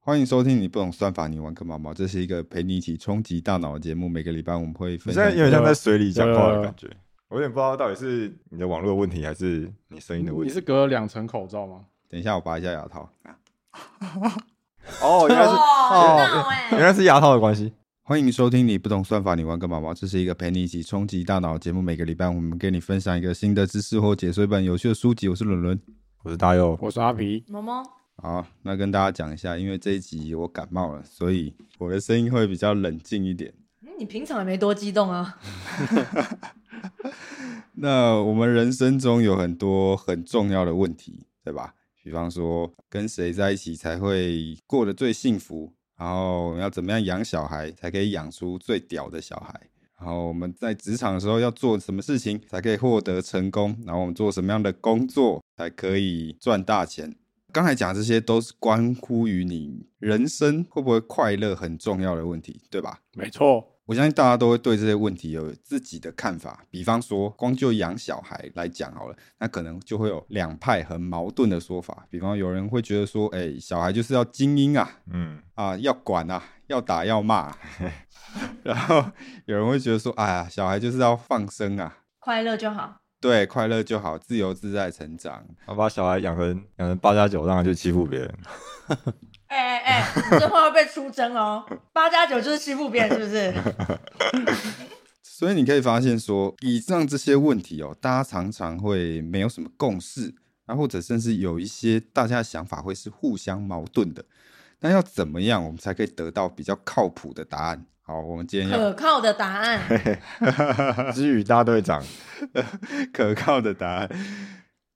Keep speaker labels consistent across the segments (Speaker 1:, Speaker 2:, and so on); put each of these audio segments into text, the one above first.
Speaker 1: 欢迎收听《你不懂算法，你玩个毛毛》。这是一个陪你一起冲击大脑的节目。每个礼拜我们会
Speaker 2: 你
Speaker 1: 分
Speaker 2: 现在
Speaker 1: 享
Speaker 2: 有点像在水里讲话
Speaker 3: 对
Speaker 2: 的
Speaker 3: 啊
Speaker 2: 感觉，我有点不知道到底是你的网络的问题还是你声音的问
Speaker 3: 你
Speaker 2: 题
Speaker 3: 是。隔了两层口罩吗？
Speaker 1: 等一下，我拔一下牙套。
Speaker 2: 哦，原来是
Speaker 4: 哦，
Speaker 2: 原来是牙套的关系。
Speaker 1: 欢迎收听《你不懂算法，你玩个毛毛》。这是一个陪你一起冲击大脑的节目。每个礼拜我们跟你分享一个新的知识或解说一本有趣的书籍。我是伦伦。
Speaker 2: 我是大佑，
Speaker 3: 我是阿皮，
Speaker 4: 萌萌，
Speaker 1: 好，那跟大家讲一下，因为这一集我感冒了，所以我的声音会比较冷静一点。
Speaker 4: 嗯你平常也没多激动啊。
Speaker 1: 那我们人生中有很多很重要的问题，对吧？比方说，跟谁在一起才会过得最幸福？然后要怎么样养小孩才可以养出最屌的小孩？然后我们在职场的时候要做什么事情才可以获得成功？然后我们做什么样的工作才可以赚大钱？刚才讲这些都是关乎于你人生会不会快乐很重要的问题，对吧？
Speaker 3: 没错，
Speaker 1: 我相信大家都会对这些问题有自己的看法。比方说，光就养小孩来讲好了，那可能就会有两派很矛盾的说法。比方有人会觉得说，哎、小孩就是要精英啊，
Speaker 2: 嗯，
Speaker 1: 啊，要管啊，要打要骂啊、 然后有人会觉得说，哎呀，小孩就是要放生啊，
Speaker 4: 快乐就好，
Speaker 1: 对，快乐就好，自由自在成长。
Speaker 2: 我把小孩养成养成八加九，让他去欺负别 人。
Speaker 4: 哎哎哎， 这话会被出征哦。八加九就是欺负别人，是不是？
Speaker 1: 所以你可以发现说，以上这些问题哦，大家常常会没有什么共识，啊，或者甚至有一些大家的想法会是互相矛盾的。那要怎么样，我们才可以得到比较靠谱的答案？好，我们今天要
Speaker 4: 可靠的答案，
Speaker 2: 之语大队 长，
Speaker 1: 可靠的答案，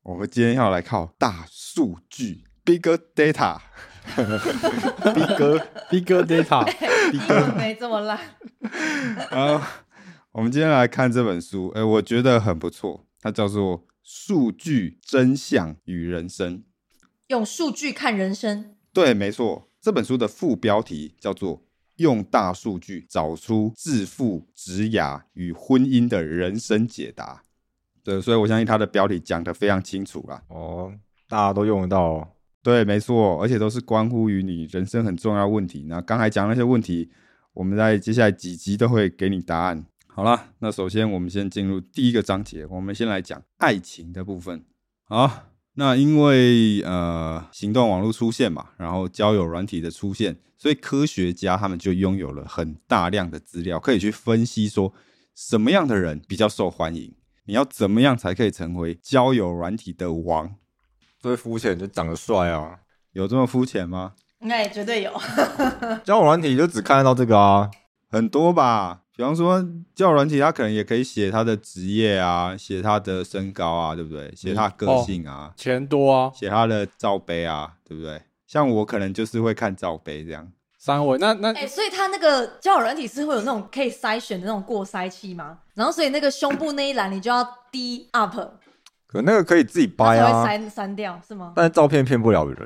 Speaker 1: 我们今天要来靠大数据 （Big Data）。
Speaker 2: 逼哥，
Speaker 3: Big Data
Speaker 4: 英文没这么烂。
Speaker 1: 啊，我们今天来看这本书，哎、我觉得很不错，它叫做《数据真相与人生》。
Speaker 4: 用数据看人生，
Speaker 1: 对，没错，这本书的副标题叫做“用大数据找出致富、职涯与婚姻的人生解答”。对，所以我相信它的标题讲得非常清楚啦。
Speaker 2: 哦，大家都用得到哦。
Speaker 1: 对，没错，而且都是关乎于你人生很重要的问题。那刚才讲那些问题，我们在接下来几集都会给你答案。好啦，那首先我们先进入第一个章节，我们先来讲爱情的部分。好，那因为呃行动网络出现嘛，然后交友软体的出现，所以科学家他们就拥有了很大量的资料，可以去分析说什么样的人比较受欢迎，你要怎么样才可以成为交友软体的王？
Speaker 2: 最肤浅就长得帅啊，
Speaker 1: 有这么肤浅吗？
Speaker 4: 哎，绝对有。
Speaker 2: 交友软体就只看得到这个啊。
Speaker 1: 很多吧。比方说，交友软体，他可能也可以写他的职业啊，写他的身高啊，对不对？写他个性啊，
Speaker 3: 钱多啊，
Speaker 1: 写他的罩杯啊，对不对？像我可能就是会看罩杯这样，
Speaker 3: 三位那那
Speaker 4: 哎、所以他那个交友软体是会有那种可以筛选的那种过筛器吗？然后所以那个胸部那一栏你就要低 up，
Speaker 2: 可那个可以自己
Speaker 4: 它
Speaker 3: 哎
Speaker 2: 掰
Speaker 4: 才会
Speaker 2: 啊，
Speaker 4: 删删掉是吗？
Speaker 2: 但是照片骗不了人。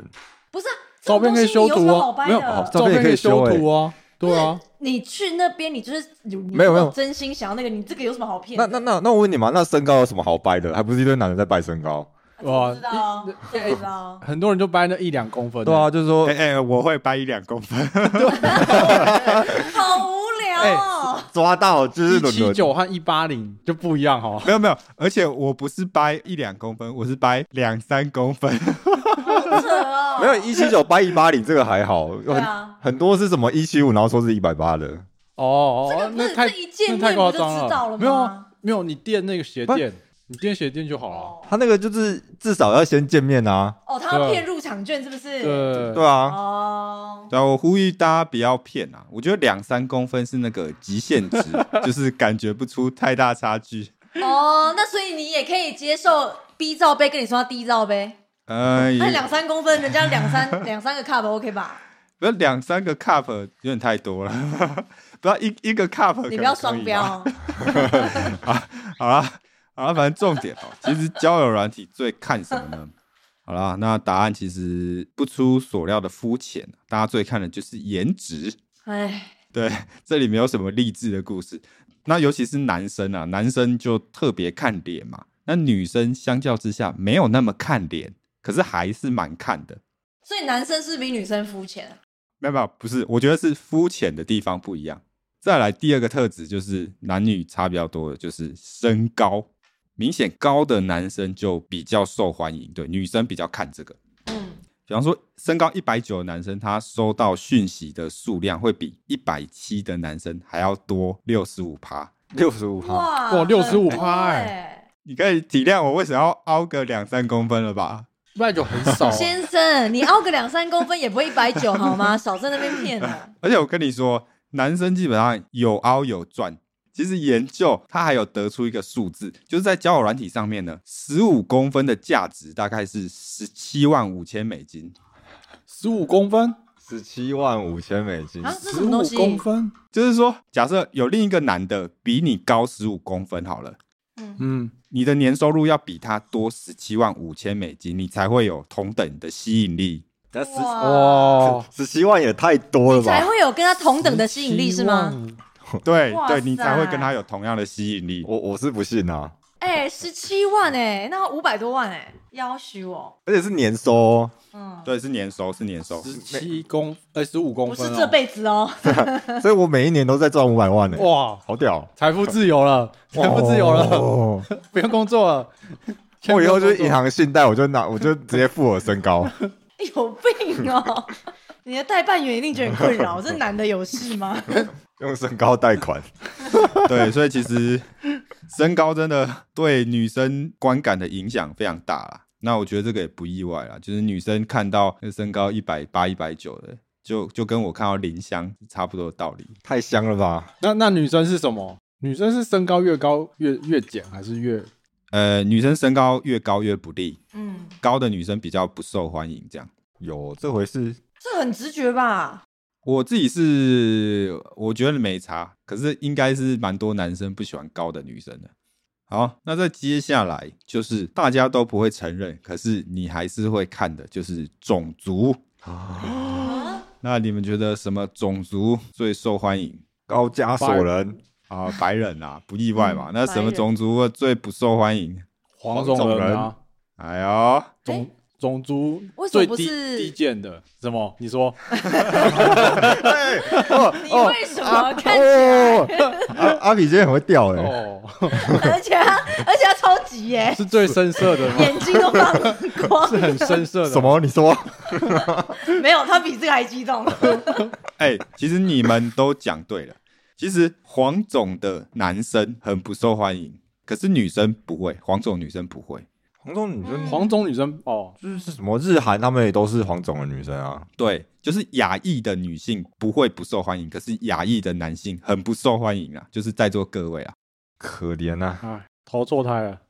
Speaker 4: 不是、啊，这
Speaker 3: 照
Speaker 4: 种
Speaker 3: 片
Speaker 4: 东
Speaker 3: 可以
Speaker 4: 西
Speaker 3: 修
Speaker 4: 你有什
Speaker 3: 图
Speaker 4: 么
Speaker 3: 啊
Speaker 4: 好，掰
Speaker 3: 没有
Speaker 4: 的？
Speaker 2: 照片也可
Speaker 3: 可
Speaker 2: 以修
Speaker 3: 修
Speaker 2: 欸
Speaker 3: 图啊，对啊，
Speaker 4: 你去那边，你就是有你
Speaker 2: 没有
Speaker 4: 如果
Speaker 2: 没有
Speaker 4: 真心想要那个，你这个有什么好骗
Speaker 2: 那
Speaker 4: 的？
Speaker 2: 那那那我问你嘛，那身高有什么好掰的？还不是一堆男的在掰身高？
Speaker 4: 我不知道啊，这个不知道啊。
Speaker 3: 很多人就掰那一两公分，欸
Speaker 2: 对，啊，就是说
Speaker 1: 哎、哎、我会掰一两公分，
Speaker 2: 哎
Speaker 4: 好无聊哦！
Speaker 2: 抓到就是
Speaker 3: 一
Speaker 2: 伦
Speaker 3: 七
Speaker 2: 伦。
Speaker 3: 九和一八零就不一样哦。
Speaker 1: 没有没有，而且我不是掰一两公分，我是掰两三公分。
Speaker 2: 哎
Speaker 4: 好扯哦，
Speaker 2: 没有一七九掰一八零这个还好，
Speaker 4: 对
Speaker 2: 很、
Speaker 4: 啊，
Speaker 2: 很多是什么一七五，然后说是一百八的，
Speaker 3: 哦
Speaker 4: 这
Speaker 3: 哦
Speaker 4: 个
Speaker 3: 哦，
Speaker 4: 不
Speaker 3: 那
Speaker 4: 是
Speaker 3: 太
Speaker 4: 这一
Speaker 3: 那
Speaker 4: 见
Speaker 3: 太
Speaker 4: 面
Speaker 3: 夸
Speaker 4: 不就
Speaker 3: 张
Speaker 4: 知道了吗？
Speaker 3: 没有啊没有，你垫那个鞋
Speaker 2: 不
Speaker 3: 垫，你垫鞋垫就好了。
Speaker 4: 哦
Speaker 2: 他那个就是至少要先见面啊，
Speaker 4: 哦，他要骗入场券是不是？
Speaker 3: 对
Speaker 2: 对啊，
Speaker 4: 哦，
Speaker 1: 对啊，我呼吁大家不要骗啊！我觉得两三公分是那个极限 值，就是感觉不出太大差距。
Speaker 4: 哦，那所以你也可以接受 B 罩杯跟你说他 D 罩杯，
Speaker 1: 呃，也
Speaker 4: 那两三公分，人家两 三两三个 cup OK 吧？
Speaker 1: 不是两三个 cup 有点太多了， 不要一一个 cup 可能
Speaker 4: 你不要
Speaker 1: 可以
Speaker 4: 双标
Speaker 1: 啊
Speaker 4: 哦，
Speaker 1: 好啦，好啦，反正重点哦，其实交友软体最看什么呢？ 好啦，那答案其实不出所料的肤浅，大家最看的就是颜值。
Speaker 4: 哎，
Speaker 1: 对，这里没有什么励志的故事。那尤其是男生啊，男生就特别看脸嘛。那女生相较之下没有那么看脸，可是还是蛮看的。
Speaker 4: 所以男生是比女生肤浅啊。
Speaker 1: 没有没有，不是，我觉得是肤浅的地方不一样。再来第二个特质就是男女差比较多的，就是身高，明显高的男生就比较受欢迎，对，女生比较看这个。
Speaker 4: 嗯，
Speaker 1: 比方说，身高一百九的男生，他收到讯息的数量会比一百七的男生还要多六十五趴。
Speaker 2: 六十五趴，
Speaker 4: 哇，
Speaker 3: 哇65
Speaker 4: 很多
Speaker 3: 趴哎
Speaker 4: 哎，
Speaker 1: 你可以体谅我为什么要凹个两三公分了吧？
Speaker 3: 一百九很少啊，
Speaker 4: 先生，你凹个两三公分也不会一百九 好吗？少在那边骗啊了。
Speaker 1: 而且我跟你说，男生基本上有凹有赚。其实研究他还有得出一个数字，就是在交友软体上面呢，十五公分的价值大概是十七万五千美金。
Speaker 3: 十五公分，
Speaker 2: 十七万五千美金
Speaker 4: 啊，这是什
Speaker 3: 十
Speaker 4: 么
Speaker 3: 五
Speaker 4: 东西？
Speaker 3: 公分，
Speaker 1: 就是说，假设有另一个男的比你高十五公分好了，
Speaker 3: 嗯，
Speaker 1: 你的年收入要比他多十七万五千美金，你才会有同等的吸引力。
Speaker 2: 那十
Speaker 3: 哇，
Speaker 2: 十七万也太多了
Speaker 4: 才
Speaker 2: 吧？
Speaker 4: 会有跟他同呃等的吸引力是吗？
Speaker 3: 17万？
Speaker 1: 对
Speaker 4: 哇
Speaker 1: 对，你才会
Speaker 4: 塞
Speaker 1: 跟他有同样的吸引力。
Speaker 2: 我我是不信啊，
Speaker 4: 哎，十七万哎，那五百多万哎，要许我，
Speaker 2: 而且是年收 哦，
Speaker 4: 嗯，
Speaker 1: 对，是年收，是年收。
Speaker 3: 十七公，哎，十五公
Speaker 4: 不
Speaker 3: 分哦，
Speaker 4: 是这辈子哦，
Speaker 2: 所以我每一年都在赚五百万呢，
Speaker 3: 哇，
Speaker 2: 好屌！
Speaker 3: 财富自由了，财富自由 了，
Speaker 2: 哦，
Speaker 3: 不用工作了，
Speaker 2: 我以后就是银行信贷，我就 拿，我就直接付我身高。
Speaker 4: 有病哦！你的代办员一定觉得很 困扰，这男的有事吗？
Speaker 2: 用身高贷款，
Speaker 1: 对，所以其实身高真的对女生观感的影响非常大啦。那我觉得这个也不意外啦，就是女生看到那身高一百八、一百九的，就就跟我看到林香是差不多的道理。
Speaker 2: 太香了吧？
Speaker 3: 那那女生是什么？女生是身高越高越越减，还是越
Speaker 1: 呃，女生身高越高越不利，
Speaker 4: 嗯，
Speaker 1: 高的女生比较不受欢迎。这样，
Speaker 2: 有这回事？
Speaker 4: 这很直觉吧？
Speaker 1: 我自己是我觉得没差，可是应该是蛮多男生不喜欢高的女生的。好，那再接下来就是大家都不会承认，可是你还是会看的，就是种族。
Speaker 4: 啊，
Speaker 1: 那你们觉得什么种族最受欢迎
Speaker 2: 高加索人、
Speaker 1: 啊？白人啊，不意外嘛。
Speaker 4: 嗯
Speaker 1: 那什
Speaker 4: 白
Speaker 1: 么
Speaker 4: 人
Speaker 1: 种族最不受欢迎？
Speaker 3: 黄种人啊？
Speaker 1: 哎呦，
Speaker 3: 种种族
Speaker 4: 为什
Speaker 3: 最
Speaker 4: 么不
Speaker 3: 低
Speaker 4: 是
Speaker 3: 低贱的什么？你说
Speaker 4: 你为什
Speaker 3: 啊
Speaker 4: 么看起来？
Speaker 2: 阿哦阿比今天很会掉哎、
Speaker 3: 哦，
Speaker 4: 而且他而且他超级耶，
Speaker 3: 是最深 色的吗？
Speaker 4: 眼睛都 放光
Speaker 3: 是，很深色的
Speaker 2: 什？么？你说
Speaker 4: 没有，他比这个还激动。
Speaker 1: 哎、其实你们都讲对了。其实黄种的男生很不受欢迎，可是女生不会，黄种女生不会。
Speaker 2: 黄种女生
Speaker 4: 嗯
Speaker 3: 黄种女生哦，
Speaker 2: 就是什么日韩，他们也都是黄种的女生啊。
Speaker 1: 对，就是亚裔的女性不会不受欢迎，可是亚裔的男性很不受欢迎啊，就是在座各位啊。
Speaker 2: 可怜啊，
Speaker 3: 哎，投错胎了。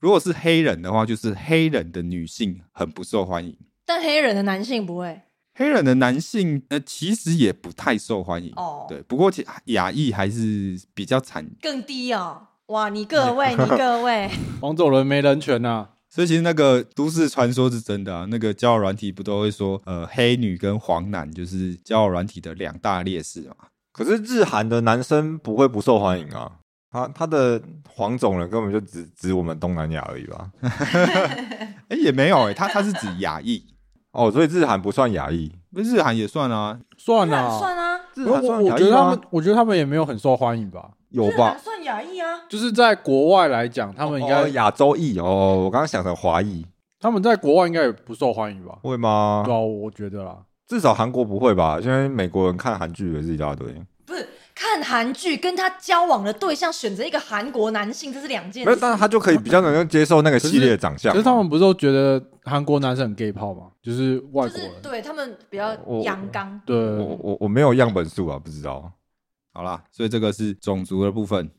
Speaker 1: 如果是黑人的话，就是黑人的女性很不受欢迎，
Speaker 4: 但黑人的男性不会
Speaker 1: 黑人的男性呃其实也不太受欢迎。
Speaker 4: 哦，
Speaker 1: 对，不过其啊亚裔还是比较惨，
Speaker 4: 更低哦。哇，你 各位，你各位，
Speaker 3: 黄种人没人权啊呐，
Speaker 1: 所以其实那个都市传说是真的啊。那个交友软体不都会说，呃，黑女跟黄男就是交友软体的两大劣势嘛？
Speaker 2: 可是日韩的男生不会不受欢迎啊。他他的黄种人根本就只指我们东南亚而已吧？
Speaker 1: 哎、也没有哎、他他是指亚裔，
Speaker 2: 哦，所以日韩不算亚裔，
Speaker 1: 不是日韩也算啊。
Speaker 3: 算
Speaker 4: 那很
Speaker 3: 啦。
Speaker 4: 算啊，
Speaker 2: 日
Speaker 3: 我
Speaker 2: 韩
Speaker 3: 我
Speaker 2: 算
Speaker 3: 我
Speaker 2: 亚
Speaker 3: 觉得
Speaker 2: 裔
Speaker 3: 他
Speaker 2: 吗
Speaker 3: 们？，我觉得他们也没有很受欢迎吧。
Speaker 2: 有
Speaker 4: 日
Speaker 2: 吧
Speaker 4: 韩？算亚裔啊。
Speaker 3: 就是在国外来讲，他们应该
Speaker 2: 哦，亚洲裔哦，我刚刚想成华裔，
Speaker 3: 他们在国外应该也不受欢迎吧？
Speaker 2: 会吗
Speaker 3: 对？啊，我觉得啦，
Speaker 2: 至少韩国不会吧？现在美国人看韩剧也是一大堆，
Speaker 4: 不是看韩剧跟他交往的对象选择一个韩国男性，这是两件
Speaker 2: 没有，但
Speaker 4: 事。
Speaker 2: 是他就可以比较能够接受那个系列的长相。
Speaker 3: 可是他们不是都觉得韩国男生很 gay 炮吗？就是外
Speaker 4: 就
Speaker 3: 国
Speaker 4: 是
Speaker 3: 人，
Speaker 4: 对他们比较
Speaker 2: 我
Speaker 4: 阳刚，
Speaker 2: 我
Speaker 3: 对，
Speaker 2: 我我没有样本数啊，不知道。
Speaker 1: 好啦，所以这个是种族的部分。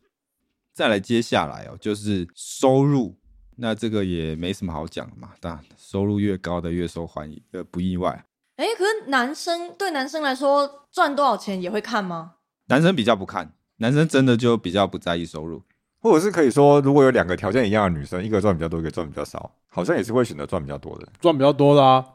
Speaker 1: 再来，接下来哦，就是收入。那这个也没什么好讲的嘛，当然收入越高的越受欢迎，呃，不意外。
Speaker 4: 哎、可是男生对男生来说，赚多少钱也会看吗？
Speaker 1: 男生比较不看，男生真的就比较不在意收入。
Speaker 2: 或者是可以说，如果有两个条件一样的女生，一个赚比较多，一个赚比较少，好像也是会选择赚比较多的。
Speaker 3: 赚比较多的啊。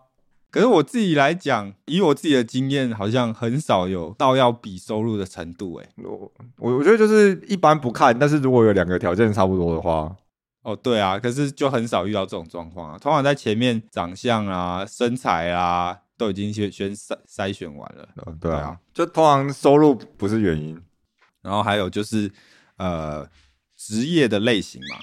Speaker 1: 可是我自己来讲，以我自己的经验，好像很少有到要比收入的程度、欸。
Speaker 2: 我我我觉得就是一般不看，但是如果有两个条件差不多的话，
Speaker 1: 哦，对啊，可是就很少遇到这种状况啊。通常在前面长相啊、身材啊都已经先先筛筛选完了。
Speaker 2: 呃对
Speaker 1: 对
Speaker 2: 啊
Speaker 1: 啊，
Speaker 2: 就通常收入不是原因，
Speaker 1: 然后还有就是呃职业的类型嘛。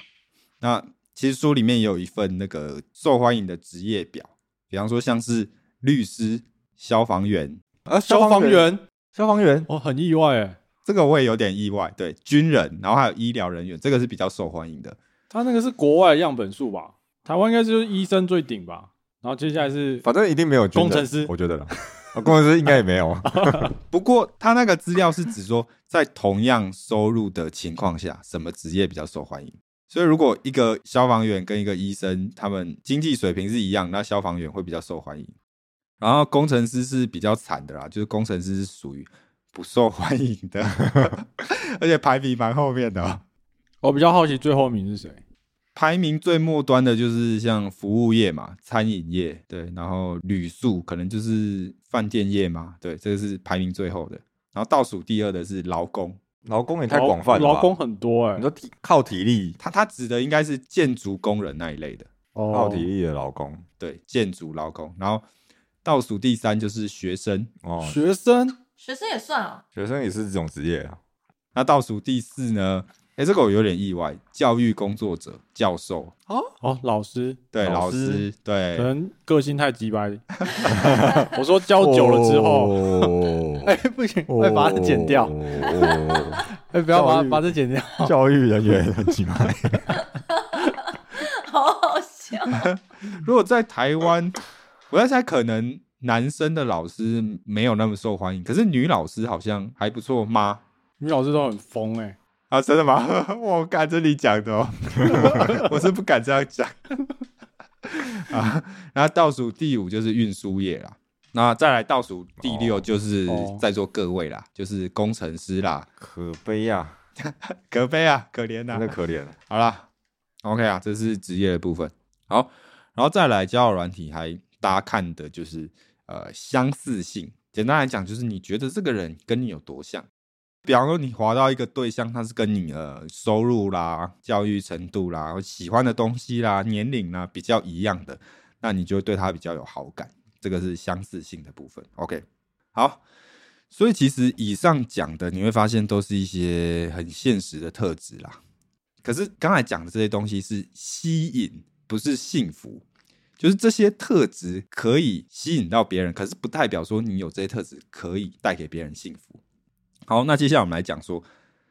Speaker 1: 那其实书里面也有一份那个受欢迎的职业表，比方说像是律师、消防员，
Speaker 2: 啊，
Speaker 3: 消防
Speaker 2: 员，
Speaker 3: 员，
Speaker 2: 消防员，
Speaker 3: 哦，很意外哎，
Speaker 1: 这个我也有点意外。对，军人，然后还有医疗人员，这个是比较受欢迎的。
Speaker 3: 他那个是国外的样本数吧？台湾应该就是医生最顶吧，然后接下来是
Speaker 2: 反正一定没有军人
Speaker 3: 工程师
Speaker 2: 我觉得啦， 啊工程师应该也没有，
Speaker 1: 不过他那个资料是指说，在同样收入的情况下，什么职业比较受欢迎。所以，如果一个消防员跟一个医生，他们经济水平是一样，那消防员会比较受欢迎。然后，工程师是比较惨的啦，就是工程师是属于不受欢迎的， 而且排名蛮后面的哦、
Speaker 3: 我比较好奇最后一名是谁？
Speaker 1: 排名最末端的就是像服务业嘛，餐饮业，对，然后旅宿可能就是饭店业嘛，对，这个是排名最后的。然后倒数第二的是劳工，
Speaker 2: 劳工也太广泛了吧，
Speaker 3: 劳工很多哎
Speaker 2: 你，说体靠体力，
Speaker 1: 他他指的应该是建筑工人那一类的，
Speaker 2: 靠
Speaker 3: 哦
Speaker 2: 体力的劳工，
Speaker 1: 对，建筑劳工。然后倒数第三就是学生，
Speaker 2: 哦，
Speaker 3: 学生
Speaker 4: 学生也算啊，
Speaker 2: 学生也是这种职业啊，
Speaker 1: 那倒数第四呢？哎，这个我有点意外，教育工作者、教授，
Speaker 3: 哦，老师
Speaker 1: 对，
Speaker 2: 老
Speaker 1: 老
Speaker 2: 师
Speaker 1: 师，对
Speaker 3: 可，能个性太鸡掰。我说教久了之后，
Speaker 2: 后
Speaker 3: 哎，不行，哎，把它剪掉，
Speaker 2: 哦
Speaker 3: 哎，不要把
Speaker 2: 教育
Speaker 3: 把这剪掉。
Speaker 2: 教育人员很奇怪，
Speaker 4: 好好笑。
Speaker 1: 如果在台湾，我在猜可能男生的老师没有那么受欢迎，可是女老师好像还不错吗？
Speaker 3: 女老师都很疯哎，
Speaker 1: 啊，真的吗？ 我敢这里讲的哦， 我是不敢这样讲 啊。然后倒数第五就是运输业啦，那再来倒数第六就是
Speaker 3: 哦
Speaker 1: 在座各位啦，就是工程师啦，
Speaker 2: 可悲呀，
Speaker 1: 可悲啊，可怜呐、
Speaker 2: 真的可怜，
Speaker 1: 好啦 o k 啊，这是职业的部分。好，然后再来交友软体还大家看的就是呃相似性。简单来讲，就是你觉得这个人跟你有多像。比方说，你滑到一个对象，他是跟你呃收入啦、教育程度啦、喜欢的东西啦、年龄啦比较一样的，那你就会对他比较有好感。这个是相似性的部分。OK，好，所以其实以上讲的，你会发现都是一些很现实的特质啦。可是刚才讲的这些东西是吸引，不是幸福。就是这些特质可以吸引到别人，可是不代表说你有这些特质可以带给别人幸福。好，那接下来我们来讲说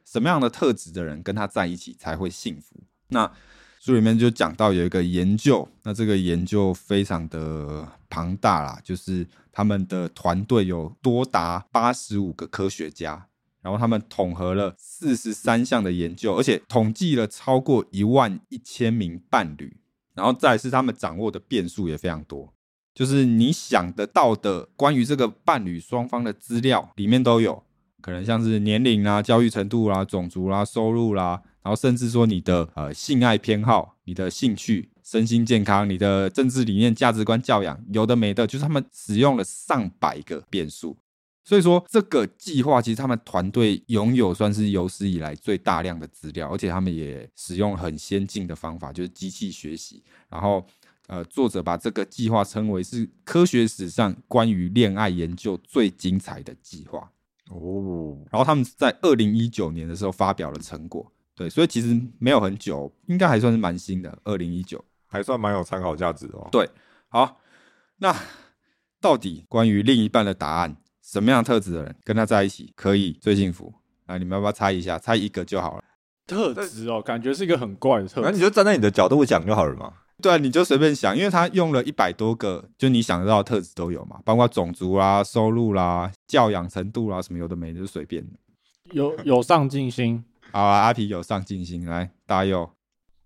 Speaker 1: 什么样的特质的人跟他在一起才会幸福。那书里面就讲到有一个研究，那这个研究非常的庞大啦，就是他们的团队有多达八十五个科学家，然后他们统合了四十三项的研究，而且统计了超过一万一千名伴侣，然后再来是他们掌握的变数也非常多，就是你想得到的关于这个伴侣双方的资料里面都有，可能像是年龄啦、教育程度啦、种族啦、收入啦，然后甚至说你的呃性爱偏好、你的兴趣、身心健康、你的政治理念、价值观、教养，有的没的，就是他们使用了上百个变数。所以说，这个计划其实他们团队拥有算是有史以来最大量的资料，而且他们也使用很先进的方法，就是机器学习。然后，呃，作者把这个计划称为是科学史上关于恋爱研究最精彩的计划。
Speaker 2: 哦，
Speaker 1: 然后他们在二零一九年的时候发表了成果，对，所以其实没有很久，应该还算是蛮新的。二零一九，
Speaker 2: 还算蛮有参考价值的哦。
Speaker 1: 对好，那到底关于另一半的答案，什么样特质的人跟他在一起可以最幸福？啊，你们要不要猜一下？猜一个就好了。
Speaker 3: 特质哦，感觉是一个很怪的特
Speaker 2: 反正
Speaker 3: 质。
Speaker 2: 你就站在你的角度讲就好了嘛。
Speaker 1: 对啊，你就随便想，因为他用了一百多个，就你想得到的特质都有嘛，包括种族啦、收入啦、教养程度啦，什么有的没的，就随便。
Speaker 3: 有有上进心，
Speaker 1: 好啊，阿皮有上进心，来大佑，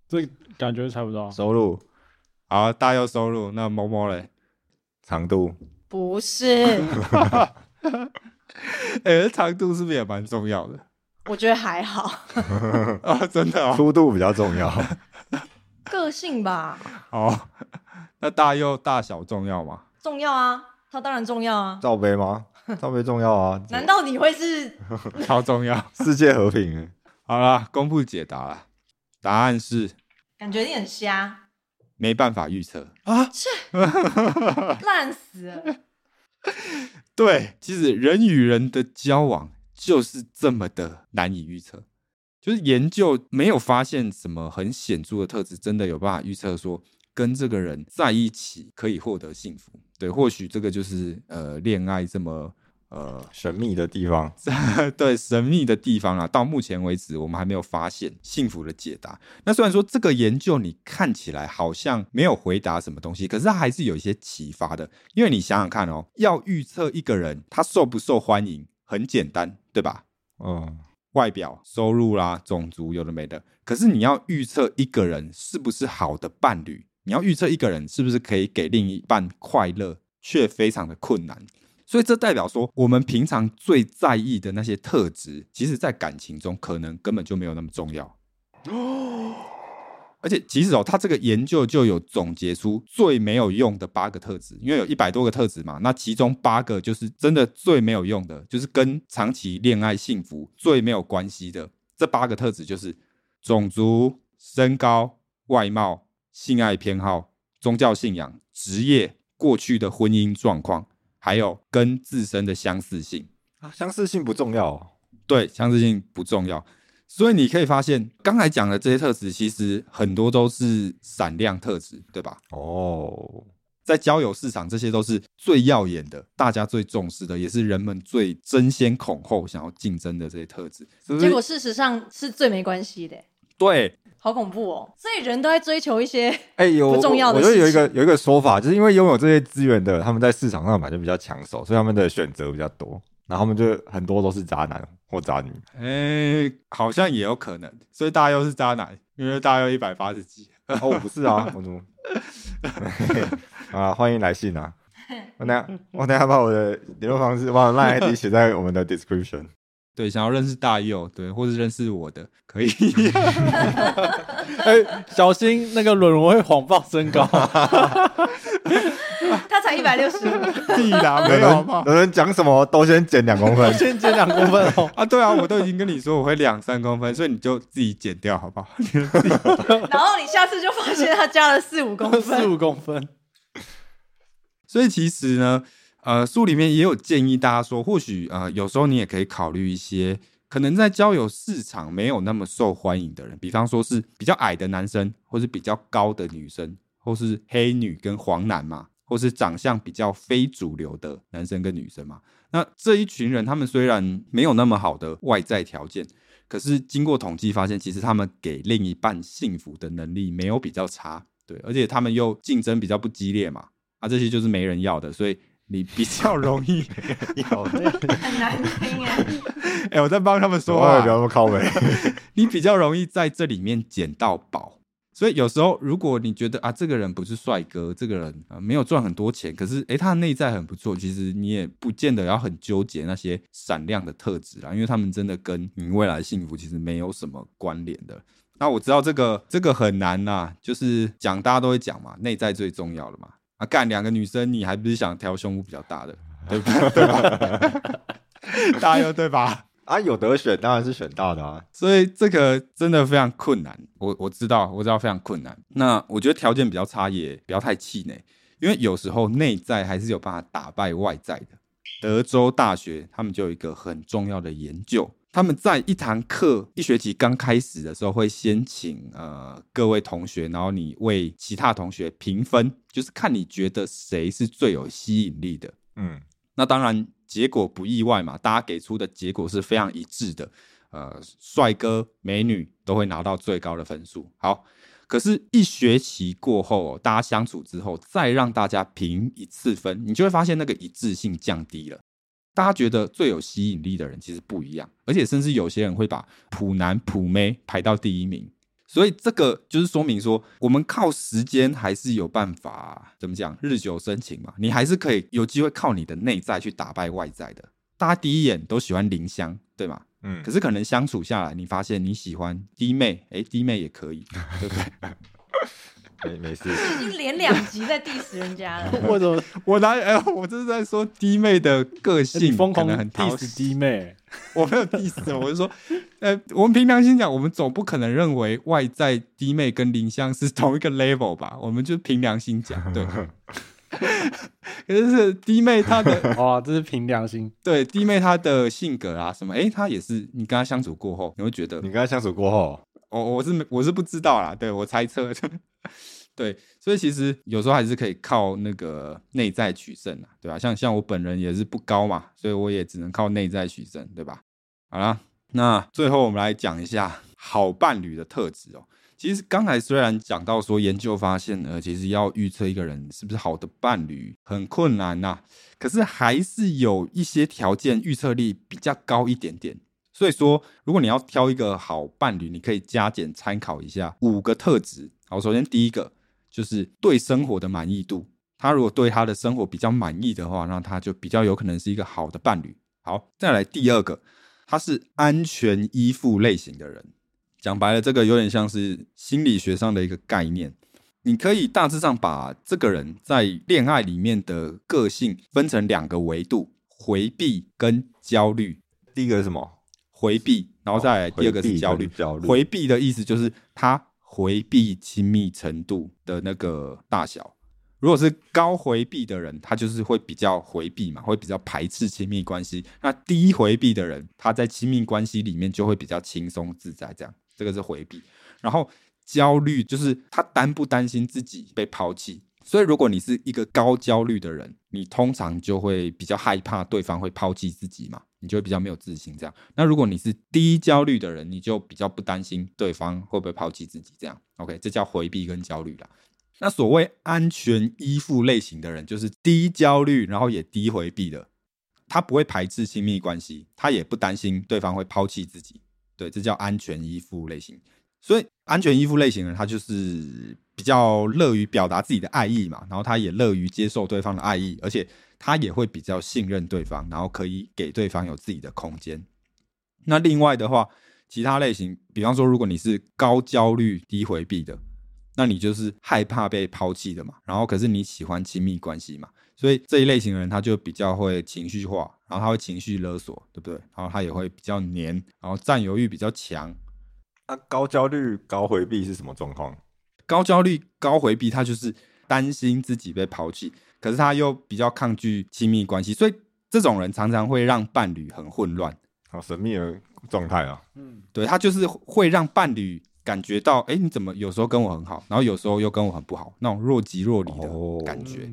Speaker 3: 这感觉猜不到。
Speaker 2: 收入、
Speaker 1: 好啊，大佑收入，那某某嘞，
Speaker 2: 长度，
Speaker 4: 不是，
Speaker 1: 哎、长度是不是也蛮重要的
Speaker 4: 我觉得还好，
Speaker 1: 啊？真的哦，
Speaker 2: 粗度比较重要。
Speaker 4: 个性吧
Speaker 1: 好，那大佑大小重要吗？
Speaker 4: 重要啊，他当然重要 啊。
Speaker 2: 罩杯吗？罩杯重要啊。
Speaker 4: 难道你会是
Speaker 1: 超重要。
Speaker 2: 世界和平欸？
Speaker 1: 好啦，公布解答啦，答案是
Speaker 4: 感觉你很瞎，
Speaker 1: 没办法预测。
Speaker 4: 烂死了？
Speaker 1: 对，其实人与人的交往就是这么的难以预测，就是研究没有发现什么很显著的特质，真的有办法预测说跟这个人在一起可以获得幸福。对，或许这个就是呃恋爱这么呃
Speaker 2: 神秘的地方，
Speaker 1: 对神秘的地方啊，到目前为止我们还没有发现幸福的解答。那虽然说这个研究你看起来好像没有回答什么东西，可是它还是有一些启发的。因为你想想看哦，要预测一个人他受不受欢迎很简单，对吧？
Speaker 2: 嗯，
Speaker 1: 外表、收入啦、种族有的没的。可是你要预测一个人是不是好的伴侣，你要预测一个人是不是可以给另一半快乐，却非常的困难。所以这代表说，我们平常最在意的那些特质，其实在感情中可能根本就没有那么重要。而且其实哦，他这个研究就有总结出最没有用的八个特质，因为有一百多个特质嘛，那其中八个就是真的最没有用的，就是跟长期恋爱幸福最没有关系的。这八个特质就是种族、身高、外貌、性爱偏好、宗教信仰、职业、过去的婚姻状况，还有跟自身的相似性。
Speaker 2: 啊相似性不重要哦、
Speaker 1: 对，相似性不重要。所以你可以发现，刚才讲的这些特质，其实很多都是闪亮特质，对吧？
Speaker 2: 哦，
Speaker 1: 在交友市场，这些都是最耀眼的，大家最重视的，也是人们最争先恐后想要竞争的这些特质，是不
Speaker 4: 结
Speaker 1: 是
Speaker 4: 果？事实上是最没关系的，
Speaker 1: 对，
Speaker 4: 好恐怖哦！所以人都在追求一些
Speaker 2: 哎、有
Speaker 4: 不重要的
Speaker 2: 我觉得有一
Speaker 4: 事情
Speaker 2: 个有一个说法，就是因为拥有这些资源的，他们在市场上买就比较抢手，所以他们的选择比较多，然后他们就很多都是渣男或渣女。
Speaker 1: 哎、好像也有可能。所以大家又是渣男，因为大家又一百八十几。
Speaker 2: 哦，我不是啊，我怎么？ 啊，欢迎来信 啊！我等下我等下把我的联络方式，把我的 LINE ID 写在我们的 description。
Speaker 1: 对，想要认识大佑，对，或是认识我的，可以。
Speaker 3: 哎，小心那个轮我会谎报身高。，
Speaker 4: 他才一百六十五，
Speaker 1: 必答。
Speaker 2: 有人有人讲什么都先减两公 分
Speaker 3: 先减两公分哦
Speaker 1: 啊，对啊，我都已经跟你说我会两三公分，所以你就自己剪掉好不好？
Speaker 4: 然后你下次就发现他加了四五公
Speaker 3: 四
Speaker 4: 分，
Speaker 3: 五 公分，
Speaker 1: 所以其实呢，呃，书里面也有建议大家说，或许呃，有时候你也可以考虑一些可能在交友市场没有那么受欢迎的人，比方说是比较矮的男生，或是比较高的女生，或是黑女跟黄男嘛，或是长相比较非主流的男生跟女生嘛。那这一群人，他们虽然没有那么好的外在条件，可是经过统计发现，其实他们给另一半幸福的能力没有比较差，对，而且他们又竞争比较不激烈嘛，啊，这些就是没人要的，所以你 比较容易。
Speaker 4: 很难听哎。
Speaker 1: 哎、我在帮他们说
Speaker 2: 我也
Speaker 1: 话
Speaker 2: 不，要那么靠 北。
Speaker 1: 你比较容易在这里面捡到宝。所以有时候，如果你觉得啊，这个人不是帅哥，这个人啊、呃没有赚很多钱，可是诶、他的内在很不错，其实你也不见得要很纠结那些闪亮的特质啊啦，因为他们真的跟你未来的幸福其实没有什么关联的。那我知道这个这个很难啦，就是讲大家都会讲嘛，内在最重要了嘛。啊，干两个女生，你还不是想挑胸部比较大的，对吧？对吧？ 大家又对吧？
Speaker 2: 啊，有得选当然是选大的啊。
Speaker 1: 所以这个真的非常困难。我我知道，我知道非常困难。那我觉得条件比较差也不要太气馁，因为有时候内在还是有办法打败外在的。德州大学他们就有一个很重要的研究，他们在一堂课一学期刚开始的时候，会先请呃各位同学，然后你为其他同学评分，就是看你觉得谁是最有吸引力的。
Speaker 2: 嗯，
Speaker 1: 那当然结果不意外嘛，大家给出的结果是非常一致的，呃，帅哥美女都会拿到最高的分数。好，可是，一学期过后、哦，大家相处之后，再让大家评一次分，你就会发现那个一致性降低了。大家觉得最有吸引力的人其实不一样，而且甚至有些人会把普男普妹排到第一名。所以这个就是说明说，我们靠时间还是有办法，怎么讲？日久生情嘛，你还是可以有机会靠你的内在去打败外在的。大家第一眼都喜欢林香，对 吗？
Speaker 2: 嗯
Speaker 1: 可是可能相处下来，你发现你喜欢弟妹，哎，弟妹也可以，对不对？
Speaker 2: 没没事，
Speaker 4: 已经连两集在 diss 人家 了，
Speaker 3: 我怎么
Speaker 1: 我哪哎、 我这是在说弟妹的个
Speaker 3: 你
Speaker 1: 性，
Speaker 3: 疯
Speaker 1: 可
Speaker 3: 狂
Speaker 1: 能很讨
Speaker 3: diss 弟妹？
Speaker 1: 我没有 diss，我是说，呃，我们凭良心讲，我们总不可能认为外在弟妹跟林香是同一个 level 吧？我们就凭良心讲，对。可是是弟妹她的
Speaker 3: 哇，这是凭良心。
Speaker 1: 对弟妹她的性格啊什么，诶，她也是你跟她相处过后，你会觉得
Speaker 2: 你跟他相处过后，
Speaker 1: 我、我是没我是不知道啦，对我猜测， 对，所以其实有时候还是可以靠那个内在取胜啊，对吧、像像我本人也是不高嘛，所以我也只能靠内在取胜，对吧？好啦，那最后我们来讲一下好伴侣的特质哦。其实刚才虽然讲到说研究发现，呃，其实要预测一个人是不是好的伴侣很困难呐、可是还是有一些条件预测力比较高一点点。所以说，如果你要挑一个好伴侣，你可以加减参考一下五个特质。好，首先第一个就是对生活的满意度，他如果对他的生活比较满意的话，那他就比较有可能是一个好的伴侣。好，再来第二个，他是安全依附类型的人。讲白了，这个有点像是心理学上的一个概念。你可以大致上把这个人在恋爱里面的个性分成两个维度：回避跟焦虑。
Speaker 2: 第一个是什么？
Speaker 1: 回避，然后再来第二个
Speaker 2: 回
Speaker 1: 是
Speaker 2: 避
Speaker 1: 焦虑
Speaker 2: 跟。焦虑
Speaker 1: 回避的意思就是他回避亲密程度的那个大小。如果是高回避的人，他就是会比较回避嘛，会比较排斥亲密关系。那低回避的人，他在亲密关系里面就会比较轻松自在，这样这个是回避。然后焦虑就是他担不担心自己被抛弃。所以，如果你是一个高焦虑的人，你通常就会比较害怕对方会抛弃自己嘛，你就会比较没有自信这样。那如果你是低焦虑的人，你就比较不担心对方会不会抛弃自己这样。OK，这叫回避跟焦虑啦。那所谓安全依附类型的人，就是低焦虑，然后也低回避的，他不会排斥亲密关系，他也不担心对方会抛弃自己。对，这叫安全依附类型。所以安全依附类型的人，他就是比较乐于表达自己的爱意嘛，然后他也乐于接受对方的爱意，而且他也会比较信任对方，然后可以给对方有自己的空间。那另外的话，其他类型，比方说，如果你是高焦虑、低回避的，那你就是害怕被抛弃的嘛，然后可是你喜欢亲密关系嘛，所以这一类型的人他就比较会情绪化，然后他会情绪勒索，对不对？然后他也会比较黏，然后占有欲比较强，
Speaker 2: 那啊高焦虑、高回避是什么状况？
Speaker 1: 高焦虑、高回避，他就是担心自己被抛弃，可是他又比较抗拒亲密关系，所以这种人常常会让伴侣很混乱。
Speaker 2: 好神秘的状态啊！
Speaker 3: 嗯，
Speaker 1: 对他就是会让伴侣感觉到，哎，你怎么有时候跟我很好，然后有时候又跟我很不好，那种若即若离
Speaker 2: 哦
Speaker 1: 的
Speaker 3: 嗯
Speaker 1: 感觉，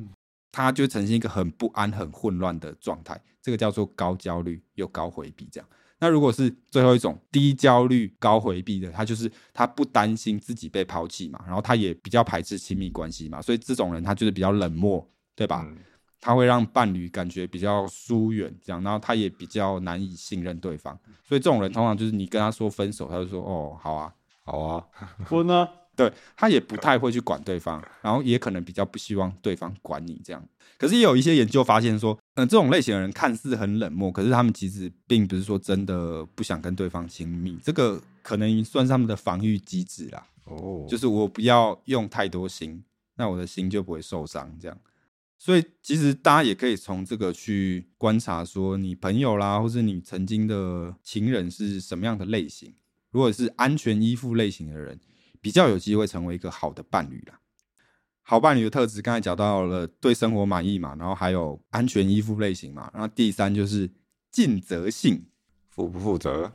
Speaker 1: 他就呈现一个很不安、很混乱的状态，这个叫做高焦虑又高回避这样。那如果是最后一种低焦虑高回避的，他就是他不担心自己被抛弃嘛，然后他也比较排斥亲密关系嘛，所以这种人他就是比较冷漠，对吧？
Speaker 2: 嗯
Speaker 1: 他会让伴侣感觉比较疏远，这样，然后他也比较难以信任对方，所以这种人通常就是你跟他说分手，他就说哦好啊，
Speaker 2: 好啊，
Speaker 3: 我呢，
Speaker 1: 对他也不太会去管对方，然后也可能比较不希望对方管你这样。可是也有一些研究发现说，嗯、这种类型的人看似很冷漠，可是他们其实并不是说真的不想跟对方亲密，这个可能算是他们的防御机制啦。
Speaker 2: 哦，
Speaker 1: 就是我不要用太多心，那我的心就不会受伤。这样，所以其实大家也可以从这个去观察，说你朋友啦，或是你曾经的情人是什么样的类型。如果是安全依附类型的人，比较有机会成为一个好的伴侣啦。好伴侣的特质，刚才讲到了对生活满意嘛，然后还有安全依附类型嘛，然后第三就是尽责性，
Speaker 2: 负不负责？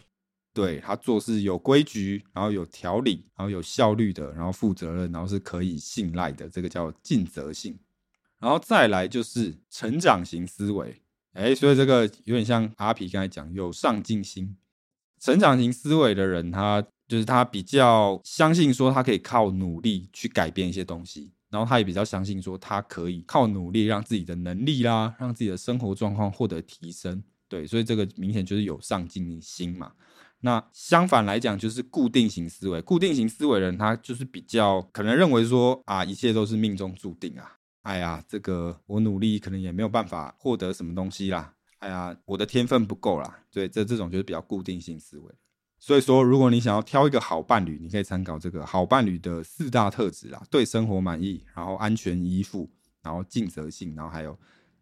Speaker 1: 对他做事有规矩，然后有条理，然后有效率的，然后负责任，然后是可以信赖的，这个叫尽责性。然后再来就是成长型思维，哎，所以这个有点像阿皮刚才讲，有上进心。成长型思维的人，他就是他比较相信说他可以靠努力去改变一些东西，然后他也比较相信说他可以靠努力让自己的能力啦，让自己的生活状况获得提升。对，所以这个明显就是有上进心嘛。那相反来讲，就是固定型思维。固定型思维的人，他就是比较可能认为说啊，一切都是命中注定啊。哎呀，这个我努力可能也没有办法获得什么东西啦。哎呀，我的天分不够啦。对，这这种就是比较固定性思维。所以说，如果你想要挑一个好伴侣，你可以参考这个好伴侣的四大特质啦：对生活满意，然后安全依附，然后尽责性，然后还有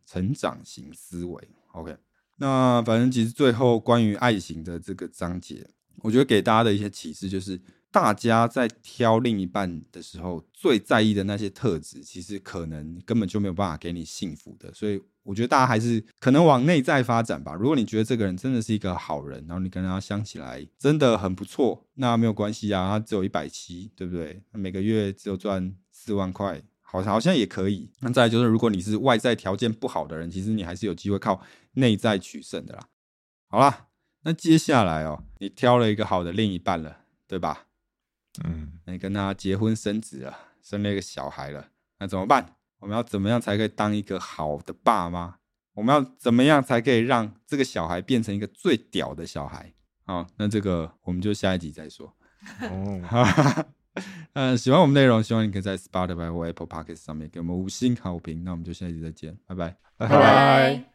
Speaker 1: 成长型思维。OK，那反正其实最后关于爱情的这个章节，我觉得给大家的一些启示就是，大家在挑另一半的时候，最在意的那些特质，其实可能根本就没有办法给你幸福的。所以我觉得大家还是可能往内在发展吧。如果你觉得这个人真的是一个好人，然后你跟他相起来真的很不错，那没有关系啊，他只有一百七，对不对？每个月只有赚四万块。好，好像也可以。那再来就是，如果你是外在条件不好的人，其实你还是有机会靠内在取胜的啦。好啦，那接下来哦，你挑了一个好的另一半了，对吧？
Speaker 2: 嗯，
Speaker 1: 那你跟他结婚生子了，生了一个小孩了，那怎么办？我们要怎么样才可以当一个好的爸妈？我们要怎么样才可以让这个小孩变成一个最屌的小孩？好，那这个我们就下一集再说。
Speaker 2: 哦，
Speaker 1: 哈哈哈，嗯，喜欢我们内容，希望你可以在 Spotify 或 Apple Podcast 上面给我们五星好评。那我们就下一集再见，拜拜。
Speaker 2: 拜
Speaker 4: 拜拜。